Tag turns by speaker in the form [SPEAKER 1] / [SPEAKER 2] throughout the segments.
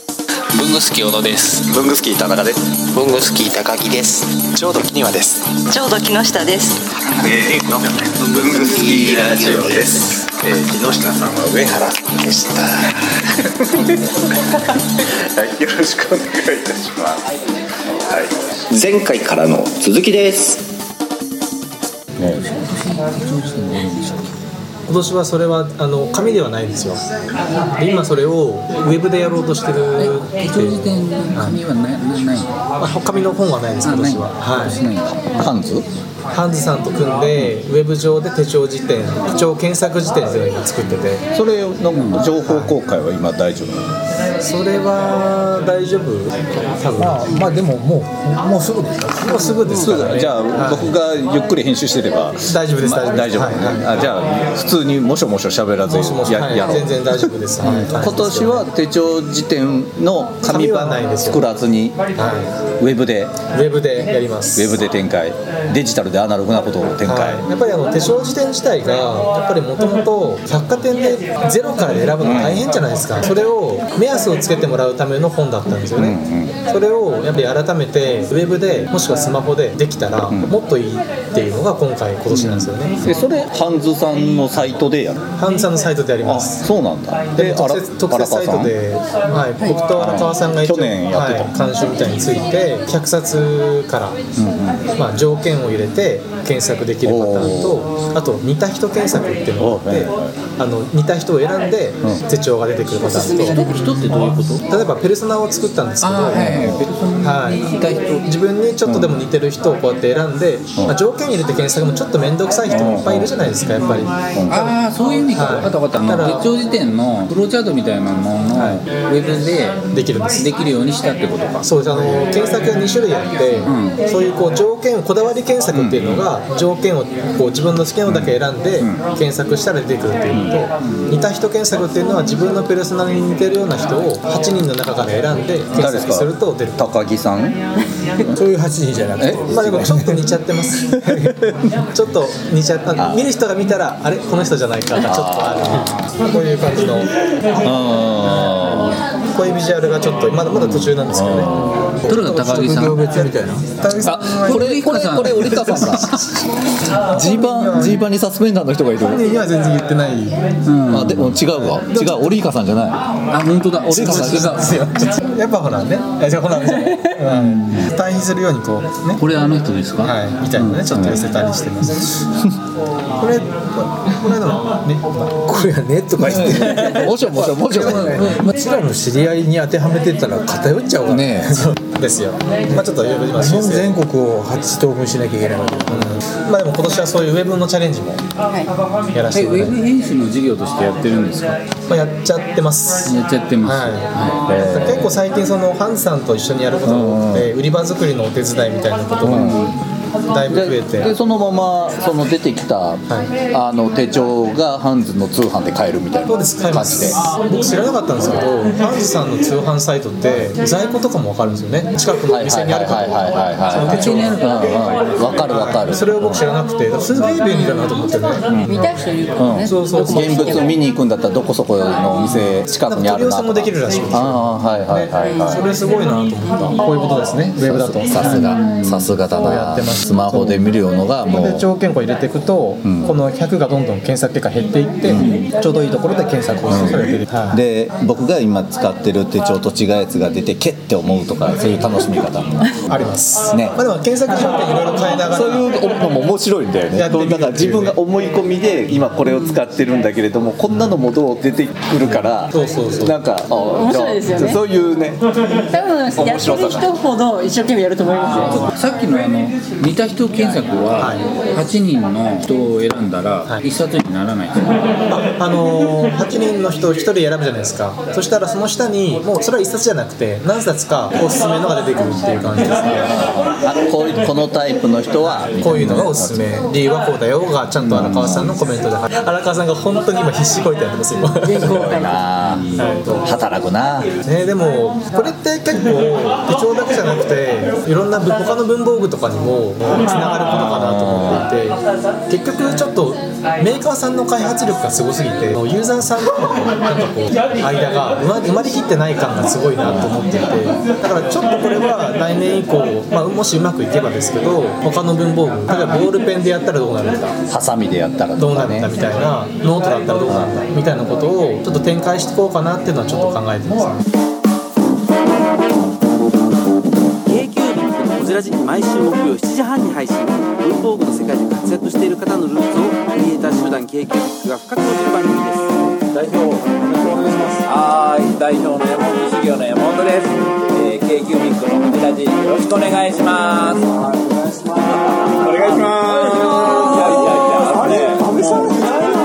[SPEAKER 1] 文具好き小野です
[SPEAKER 2] 文具スキー田中です
[SPEAKER 1] 文具好き高木です
[SPEAKER 2] ちょうど木庭です
[SPEAKER 3] ちょうど木下です。
[SPEAKER 2] 文具スキーラジオです、えー、木下さんは上原さんでした はい、よろしくお願いいたしますはい
[SPEAKER 4] 前回からの続きです
[SPEAKER 5] 今年はそれはあの紙ではないんですよで今それをウェブでやろうとしてる
[SPEAKER 6] 手帳辞典の紙はななない
[SPEAKER 5] あ紙の本はないです
[SPEAKER 6] あ
[SPEAKER 5] 今
[SPEAKER 6] ない
[SPEAKER 5] 年ははい
[SPEAKER 6] ない
[SPEAKER 4] ハンズ
[SPEAKER 5] ハンズさんと組んでウェブ上で手帳辞典手帳検索辞典っていうのを今作ってて
[SPEAKER 4] それの情報公開は今大丈夫
[SPEAKER 5] それは大丈夫多分
[SPEAKER 7] あまあでももうもうすぐですか
[SPEAKER 5] もうすぐです
[SPEAKER 4] そう
[SPEAKER 5] か
[SPEAKER 4] だ
[SPEAKER 5] ら
[SPEAKER 4] ね
[SPEAKER 5] ね
[SPEAKER 4] じゃあ
[SPEAKER 5] はい
[SPEAKER 4] 僕がゆっくり編集してれば
[SPEAKER 5] 大丈夫です
[SPEAKER 4] まあ大丈夫
[SPEAKER 5] はいは
[SPEAKER 4] あ
[SPEAKER 5] い
[SPEAKER 4] じゃあ普通にもしょもしょ喋らず
[SPEAKER 5] もしもし
[SPEAKER 4] や
[SPEAKER 5] はい
[SPEAKER 4] やろう
[SPEAKER 5] 全然大丈夫ですはい
[SPEAKER 4] 今年は手帳辞典の紙
[SPEAKER 5] 紙はない
[SPEAKER 4] 版
[SPEAKER 5] ですよ
[SPEAKER 4] 作らずに
[SPEAKER 5] は
[SPEAKER 4] ウェブでウ
[SPEAKER 5] いウェブでやります
[SPEAKER 4] ェブで展開デジタルでアナログなことを展開
[SPEAKER 5] はい、やっぱりあの手帳辞典自体がやっぱりもともと百貨店でゼロから選ぶの大変じゃないですか、それを目安をつけてもらうための本だったんですよね、それをやっぱり改めてウェブでもしくはスマホでできたらもっといいっていうのが今回今年なんですよね、
[SPEAKER 4] でそれハンズさんのサイトでやる
[SPEAKER 5] ハンズさんのサイトでやり
[SPEAKER 4] あ
[SPEAKER 5] ます
[SPEAKER 4] そうなんだ
[SPEAKER 5] で
[SPEAKER 4] で
[SPEAKER 5] 特
[SPEAKER 4] あ
[SPEAKER 5] 設
[SPEAKER 4] ら
[SPEAKER 5] 特設サイトで、はい、僕と荒川さんが一応、
[SPEAKER 4] 去年やってた
[SPEAKER 5] はい、監修みたいについて100冊から、まあ、条件を入れて検索できるパターンとあと似た人検索っていうのがあって、
[SPEAKER 4] おーはい
[SPEAKER 5] あの似た人を選んで手帳が出てくるパターンと。
[SPEAKER 6] 人ってどういうこと
[SPEAKER 5] 例えばペルソナを作ったんですけど、
[SPEAKER 6] あーはいはい
[SPEAKER 5] はい自分にちょっとでも似てる人をこうやって選んで、まあ、条件入れて検索もちょっと面倒くさい人もいっぱいいるじゃないですかやっぱり、
[SPEAKER 6] ああそういう意味か、
[SPEAKER 5] はい
[SPEAKER 6] 分かった分かったあ
[SPEAKER 5] ただ
[SPEAKER 6] の手帳辞典のフローチャートみたいなものの
[SPEAKER 5] はい
[SPEAKER 6] ウェブで
[SPEAKER 5] できるんです
[SPEAKER 6] できるようにしたってことか
[SPEAKER 5] そうですあの検索が2種類あって、そういうこう条件こだわり検索っていうのが、条件をこう自分の好きなのだけ選んで、検索したら出てくるっていうのと、似た人検索っていうのは自分のペルソナに似てるような人を8人の中から選んで検
[SPEAKER 4] 誰です
[SPEAKER 5] 索すると出る
[SPEAKER 4] か高木さん
[SPEAKER 7] そういう8時じゃなくて
[SPEAKER 4] え
[SPEAKER 5] まあでもちょっと似ちゃってます ちょっと似ちゃった見る人が見たらあれこの人じゃないかがちょっとあるこういう感じの
[SPEAKER 4] あ
[SPEAKER 5] こういうビジュアルがちょっとまだまだ途中なんですけどね
[SPEAKER 6] どれが高木さん
[SPEAKER 7] 別みたいな
[SPEAKER 5] 高木さん
[SPEAKER 6] あこれこれこれ折川さんだ
[SPEAKER 4] あジーパンジーパンにサスペンダーの人がいる
[SPEAKER 5] には全然言ってない
[SPEAKER 4] あでも違うわ違うオリイカさんじゃない
[SPEAKER 6] あ本当だ折川さん違う
[SPEAKER 5] やっぱほらね、あじゃあほらじゃない、うん、対比するようにこうね、
[SPEAKER 6] これあの人ですか、
[SPEAKER 5] はい、みたいなね、ちょっと寄せたりしてます。これ、これのね、
[SPEAKER 7] これはねとか言って
[SPEAKER 4] もしょもしょもしょ
[SPEAKER 7] うちらの知り合いに当てはめてたら偏っちゃうから
[SPEAKER 4] ね
[SPEAKER 5] ですよ。まあちょっと呼びま
[SPEAKER 7] 日
[SPEAKER 5] しょ
[SPEAKER 7] 本全国を8等分しなきゃいけないわけだから
[SPEAKER 5] まあでも今年はそういうウェブのチャレンジもやらせ
[SPEAKER 6] え
[SPEAKER 5] て
[SPEAKER 6] ウ
[SPEAKER 5] もらって、
[SPEAKER 6] ェブ編集の事業としてやってるんですかや
[SPEAKER 5] まあやっちゃってます。
[SPEAKER 6] っちゃってます、
[SPEAKER 5] はい結構最近そのハンさんと一緒にやることが多くて売り場作りのお手伝いみたいなことがだいぶ増えて、
[SPEAKER 4] でそのままその出てきた、
[SPEAKER 5] い
[SPEAKER 4] あの手帳がハンズの通販で買えるみたいな
[SPEAKER 5] そうです買い
[SPEAKER 4] 感
[SPEAKER 5] ま
[SPEAKER 4] じです
[SPEAKER 5] 僕知らなかったんですけどハンズさんの通販サイトって在庫とかも分かるんですよね近くのお店にあるか
[SPEAKER 4] はい
[SPEAKER 5] どう
[SPEAKER 4] はいはいはいはい
[SPEAKER 5] か
[SPEAKER 4] はい
[SPEAKER 5] その手帳にあるか
[SPEAKER 4] うんうんわかるわかる
[SPEAKER 5] それを僕知らなくてすごい便利だなと思ってね、
[SPEAKER 8] 見たい人いるからね。
[SPEAKER 5] そうそうそう
[SPEAKER 4] 現物見に行くんだったらどこそこのお店近くにあるな
[SPEAKER 5] なんか取り寄せもできるらしいですよ
[SPEAKER 4] ああーはいはいはいはい
[SPEAKER 5] それすごいなと思ったこういうことですねウェブだと
[SPEAKER 4] さすがさすがだなスマホで見るようのがも
[SPEAKER 5] で
[SPEAKER 4] う
[SPEAKER 5] 条件を入れていくと、この100がどんどん検索結果減っていって、ちょうどいいところで検索をするそれが出てくるはい
[SPEAKER 4] で僕が今使ってる手帳と違うやつが出てけって思うとかそういう楽しみ方も
[SPEAKER 5] あります、
[SPEAKER 4] ね
[SPEAKER 5] まあ、でも検索条件いろいろ変えながら
[SPEAKER 4] そういうのも面白いんだよね
[SPEAKER 5] やってみる
[SPEAKER 4] だから自分が思い込みで今これを使ってるんだけれどもこんなのもどう出てくるから
[SPEAKER 5] そうそうそう
[SPEAKER 4] なんかあ面
[SPEAKER 8] 白いですよね
[SPEAKER 4] そういうね
[SPEAKER 8] 多分やってる人ほど一生懸命やると思いますよ。
[SPEAKER 6] さっきのあの似た人検索は8人の人を選んだら1冊にならないんですか
[SPEAKER 5] ああのー、8人の人を1人選ぶじゃないですかそしたらその下にもうそれは1冊じゃなくて何冊かおすすめのが出てくるっていう感じですね
[SPEAKER 4] あこういうこのタイプの人は
[SPEAKER 5] こういうのがおすすめ理由はこうだよがちゃんと荒川さんのコメントで荒川さんが本当に今必死こいてやってます今
[SPEAKER 4] なあ働くな
[SPEAKER 5] ね、でもこれって結構手帳だけじゃなくていろんなぶ他の文房具とかにもつながることかなと思っていて結局ちょっとメーカーさんの開発力がすごすぎてユーザーさんとのなんかこう間が埋ま埋まりきってない感がすごいなと思っていてだからちょっとこれは来年以降、まあ、もしうまくいけばですけど他の文房具例えばボールペンでやったらどうなるんだ
[SPEAKER 4] ハサミでやったら
[SPEAKER 5] ど
[SPEAKER 4] と
[SPEAKER 5] うな
[SPEAKER 4] か
[SPEAKER 5] るん
[SPEAKER 4] ね
[SPEAKER 5] だみたいなノートだったらどうなんだみたいなことをちょっと展開していこうかなっていうのはちょっと考えてます
[SPEAKER 9] k q b のこじらじ毎週木曜7時半に配信文房具の世界で活躍している方のルーツをクリエイター集団 k q b が深く落ちる番組です
[SPEAKER 2] 代表お願いしますはい代表の山本修行の山本です、えー、京急ミックの藤田じよろしくお願いしますお願いしますお願いしますいやいやいやあれ食べされてないな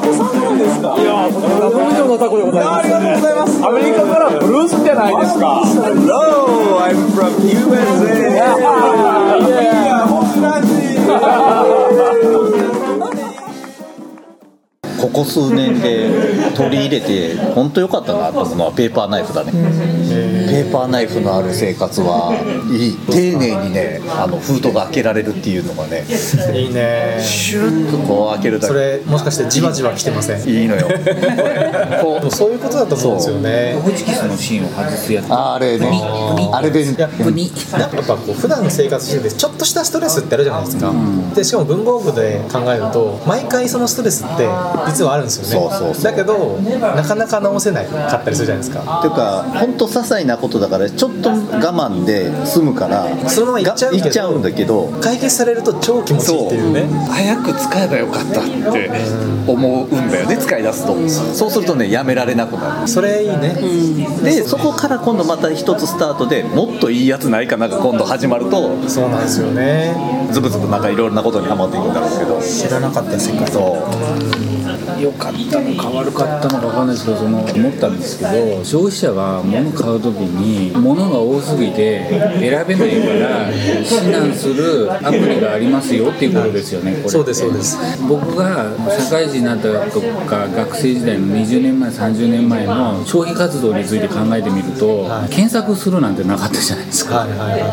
[SPEAKER 2] タコさんなんですかいやこれは以上のタコでございますありがとうございますアメリカからブルースじゃないですか Hello I'm from USA Yeah
[SPEAKER 4] ここ数年で取り入れて本当良かったなと思うのはペーパーナイフだねペーパーナイフのある生活はいい丁寧にねあの封筒が開けられるっていうのがね
[SPEAKER 5] いいね
[SPEAKER 4] シュッとこう開けるだ
[SPEAKER 5] そ
[SPEAKER 4] け
[SPEAKER 5] れもしかしてじわじわ来てません
[SPEAKER 4] いいのよ
[SPEAKER 5] でもそういうことだと思うんですよね
[SPEAKER 6] ホチキスの芯を外すや つ
[SPEAKER 4] あれねあれで
[SPEAKER 5] いや
[SPEAKER 6] ここに
[SPEAKER 5] やっぱこう普段の生活しててちょっとしたストレスってあるじゃないですか、でしかも文房具で考えると毎回そのストレスって実はあるんですよね
[SPEAKER 4] そうそうそう
[SPEAKER 5] だけどなかなか直せないかったりするじゃないですか
[SPEAKER 4] っていうか本当些細なことだからちょっと我慢で済むから
[SPEAKER 5] そのまま行っちゃうけど
[SPEAKER 4] が行っちゃうんだけど
[SPEAKER 5] 解決されると超気持ちいいっていうね
[SPEAKER 4] 早く使えばよかったって思うんだよね使い出すとそうするとねやめられなくなる
[SPEAKER 5] それいいね、
[SPEAKER 4] でそこから今度また一つスタートでもっといいやつないかなが今度始まると
[SPEAKER 5] そうなんですよね
[SPEAKER 4] ズブズブなんかいろいろなことにハマっていくんだろうけど
[SPEAKER 5] 知らなかった世界
[SPEAKER 4] そう
[SPEAKER 6] 良かったのか悪かったのか分かんないですけどその思ったんですけど消費者が物買う時に物が多すぎて選べないから指南するアプリがありますよっていうことですよねこれって
[SPEAKER 5] そうですそうです
[SPEAKER 6] 僕が社会人になったとか学生時代の20年前30年前の消費活動について考えてみると検索するなんてなかったじゃないですか
[SPEAKER 5] はいはいはいはいは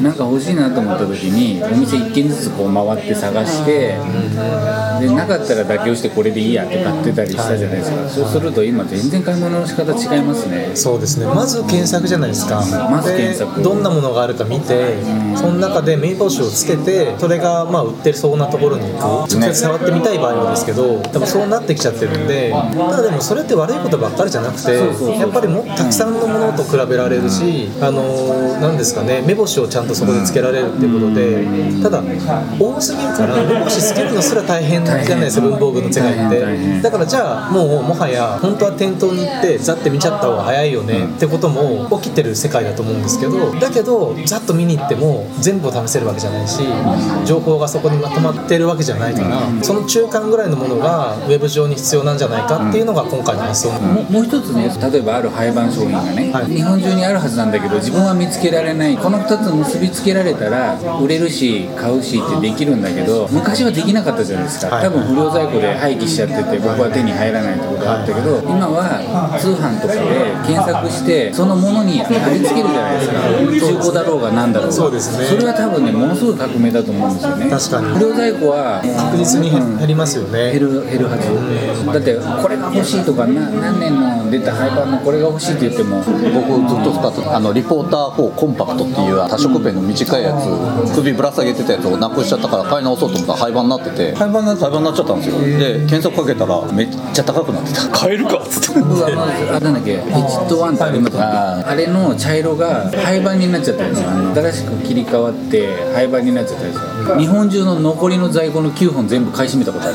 [SPEAKER 5] い、
[SPEAKER 6] なんか欲しいなと思った時にお店1軒ずつこう回って探してでなかったら妥協してこれでいいやって買ってたりしたじゃないですかそうすると今全然買い物の仕方違いますね
[SPEAKER 5] そうですねまず検索じゃないですか
[SPEAKER 6] まず検索
[SPEAKER 5] でどんなものがあるか見てその中で目星をつけてそれがまあ売ってそうなところに行く直接触ってみたい場合はですけどでもそうなってきちゃってるんでただでもそれって悪いことばっかりじゃなくてやっぱりもたくさんのものと比べられるしあの何ですかね目星をちゃんとそこでつけられるっていうことでただ多すぎるから目星つけるのすら大変じゃないですか文房具の世界っ
[SPEAKER 6] 大
[SPEAKER 5] て
[SPEAKER 6] 変
[SPEAKER 5] だからじゃあもうもはや本当は店頭に行ってざって見ちゃった方が早いよねってことも起きてる世界だと思うんですけどだけどざっと見に行っても全部を試せるわけじゃないし情報がそこにまとまってるわけじゃないからその中間ぐらいのものがウェブ上に必要なんじゃないかっていうのが今回の発想
[SPEAKER 6] ももう一つね例えばある廃盤商品がね、
[SPEAKER 5] はい
[SPEAKER 6] 日本中にあるはずなんだけど自分は見つけられないこの2つ結びつけられたら売れるし買うしってできるんだけど昔はできなかったじゃないですか、
[SPEAKER 5] はい
[SPEAKER 6] 多分不良在庫で廃棄しちゃってて僕は手に入らないってことがあったけど今は通販とかで検索してそのものに貼り付けるじゃないですか中古だろうが何だろうが
[SPEAKER 5] そうですね
[SPEAKER 6] それは多分ねものすごい革命だと思うんですよね
[SPEAKER 5] 確かに
[SPEAKER 6] 不良在庫は
[SPEAKER 5] 確実に減りますよね
[SPEAKER 6] 減る減るはずだってこれが欲しいとかな何年の出た廃盤のこれが欲しいって言っても
[SPEAKER 4] 僕ずっと使ってたあのリポーター4コンパクトっていう多色ペンの短いやつ首ぶら下げてたやつをなくしちゃったから買い直そうと思ったら廃盤になってて廃盤になっちゃったんですよで検索かけたらめっちゃ高くなってた買えるか っつって
[SPEAKER 6] 僕あのあなんだっけピチットワンってありますよね
[SPEAKER 4] あ
[SPEAKER 6] あれの茶色が廃盤になっちゃったんですよあの新しく切り替わって廃盤になっちゃったんですよ日本中の残りの在庫の9本全部買い占めたことあ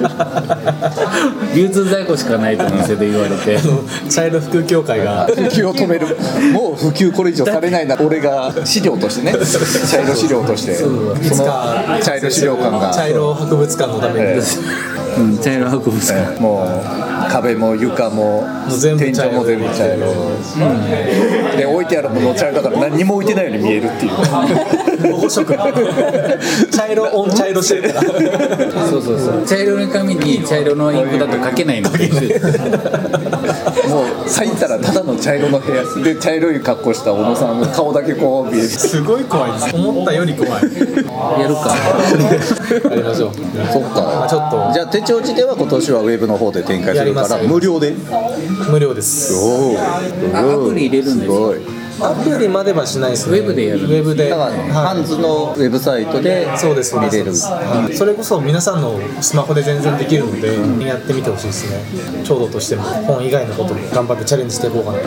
[SPEAKER 6] る流通在庫しかないとお店で言われて
[SPEAKER 5] 茶色服協会が
[SPEAKER 4] 普及を止めるもう普及これ以上されないな俺が資料として ね茶色資料としてその
[SPEAKER 5] いつか
[SPEAKER 4] 茶色資料館が
[SPEAKER 5] 茶色博物館のために
[SPEAKER 6] うん茶色博物館
[SPEAKER 4] もう壁も床も
[SPEAKER 5] もう全部
[SPEAKER 4] 天井
[SPEAKER 5] 茶色
[SPEAKER 4] も全部茶色で置いてあるもの茶色だから何にも置いてないように見えるっていう
[SPEAKER 5] 保護色茶色オン茶色してるから
[SPEAKER 6] そうそうそう茶色の紙に茶色のインクだと書けないのと一緒です
[SPEAKER 4] もう入ったらただの茶色の部屋で茶色い格好した小野さんの顔だけこう見えて
[SPEAKER 5] すごい怖いです思ったより怖い
[SPEAKER 6] やるか
[SPEAKER 5] やりましょう
[SPEAKER 4] そっか
[SPEAKER 5] あちょっと
[SPEAKER 4] じゃあ手帳地では今年はウェブの方で展開するか
[SPEAKER 5] や
[SPEAKER 4] ら
[SPEAKER 5] ります
[SPEAKER 4] 無料で
[SPEAKER 5] 無料です
[SPEAKER 4] おお
[SPEAKER 6] あアプリ入れるん
[SPEAKER 4] す
[SPEAKER 6] です
[SPEAKER 4] ごい
[SPEAKER 5] アプリまではしないですね
[SPEAKER 6] ウェブでやる
[SPEAKER 5] ウェブで
[SPEAKER 4] だからハンズのウェブサイトで
[SPEAKER 5] そうですそう
[SPEAKER 4] 見
[SPEAKER 5] です
[SPEAKER 4] れる
[SPEAKER 5] はいそれこそ皆さんのスマホで全然できるのでやってみてほしいですねちょうどとしても本以外のことも頑張ってチャレンジしていこうかなと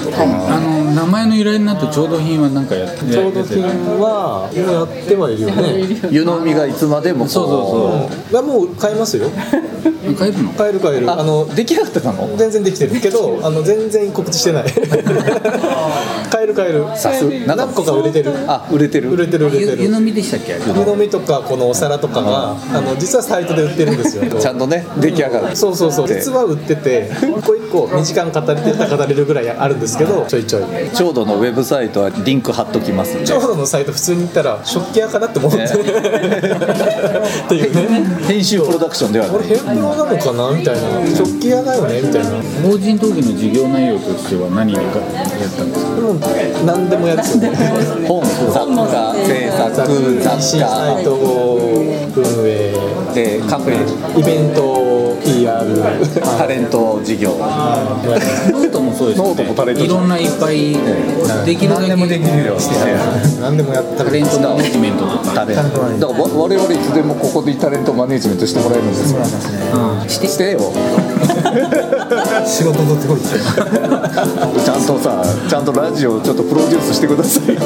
[SPEAKER 6] あの名前の由来になってちょうど品は何かやって
[SPEAKER 5] ちょうど金はもうやってはいるよね
[SPEAKER 4] 湯飲みがいつまでもこう
[SPEAKER 6] そうそう
[SPEAKER 5] がもう買えますよ
[SPEAKER 6] そう帰るの
[SPEAKER 5] 買える買えるあ
[SPEAKER 4] あ
[SPEAKER 5] の
[SPEAKER 4] の出来上がってたの
[SPEAKER 5] 全然できてるけ どあの全然告知して ない買える買える
[SPEAKER 4] さすなんか
[SPEAKER 5] 何個か売れてる
[SPEAKER 4] あ売れて
[SPEAKER 5] 売
[SPEAKER 4] る
[SPEAKER 5] れてる売れて
[SPEAKER 6] 湯
[SPEAKER 5] る
[SPEAKER 6] 飲みでしたっけあれ
[SPEAKER 5] 湯飲みとかこのお皿とかがあの実はサイトで売ってるんですよ
[SPEAKER 4] ちゃんとね出来上がる
[SPEAKER 5] そうそうそう実は売ってて一個一個2時間語りてたら語れるぐらいあるんですけどちょいちょい
[SPEAKER 4] ちょうどのウェブサイトはリンク貼っときますん
[SPEAKER 5] ち
[SPEAKER 4] で
[SPEAKER 5] ょうどのサイト普通に行ったら食器屋かなって思って
[SPEAKER 4] ね
[SPEAKER 5] っていう ね
[SPEAKER 4] 編集プロダクションではな
[SPEAKER 5] これ
[SPEAKER 4] い
[SPEAKER 5] 変貌なのかなみたいな食器屋だよねみたいな
[SPEAKER 6] 法人登記の事業内容としては何かやったんですか
[SPEAKER 5] でも何でもやってる
[SPEAKER 4] 本作家制作
[SPEAKER 5] 雑誌
[SPEAKER 4] 雑
[SPEAKER 5] サイト
[SPEAKER 4] 貨
[SPEAKER 5] 運営
[SPEAKER 4] でカフェ
[SPEAKER 5] イベント PR
[SPEAKER 4] タレント事業
[SPEAKER 6] ノートもそうですよね
[SPEAKER 4] ノートもタレント
[SPEAKER 6] いろんないっぱいできるだけ
[SPEAKER 4] よ
[SPEAKER 5] 何でもやった
[SPEAKER 6] タレントマネジメントと
[SPEAKER 4] タ
[SPEAKER 6] か
[SPEAKER 4] レントだからわ我々いつでもここでタレントマネージメントしてもらえるんですよしてしてよ
[SPEAKER 5] 仕事取ってこいって
[SPEAKER 4] ちゃんとさちゃんとラジオちょっとプロデュースしてくださいよ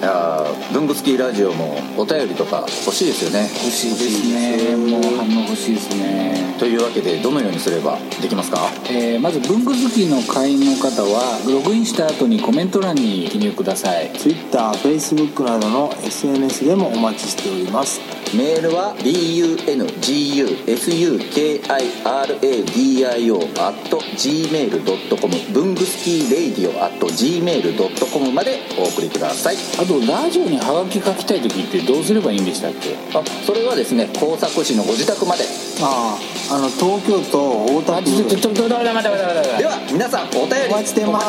[SPEAKER 4] いやー文具付きラジオもお便りとか欲しいですよね
[SPEAKER 6] 欲しいですねもう反応欲しいですね
[SPEAKER 4] というわけでどのようにすればできますか
[SPEAKER 6] えーまず文具好きの会員の方はログインした後にコメント欄に記入ください
[SPEAKER 9] TwitterFacebook などの SNS でもお待ちしております
[SPEAKER 1] メールは bungusukiradio.gmail.com 文具スキーレイディオ at .gmail.com までお送りください
[SPEAKER 6] あとラジオにハガキ書きたい時ってどうすればいいんでしたっけ
[SPEAKER 1] あそれはですね工作士のご自宅まで
[SPEAKER 9] あああの東京都大田
[SPEAKER 6] あ
[SPEAKER 9] 区
[SPEAKER 6] ちょちょちょちょ待って待って待って待って
[SPEAKER 1] では皆さんお便り
[SPEAKER 9] お待ちしてます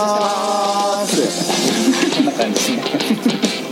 [SPEAKER 1] お待ちしてます
[SPEAKER 9] こんな感じですね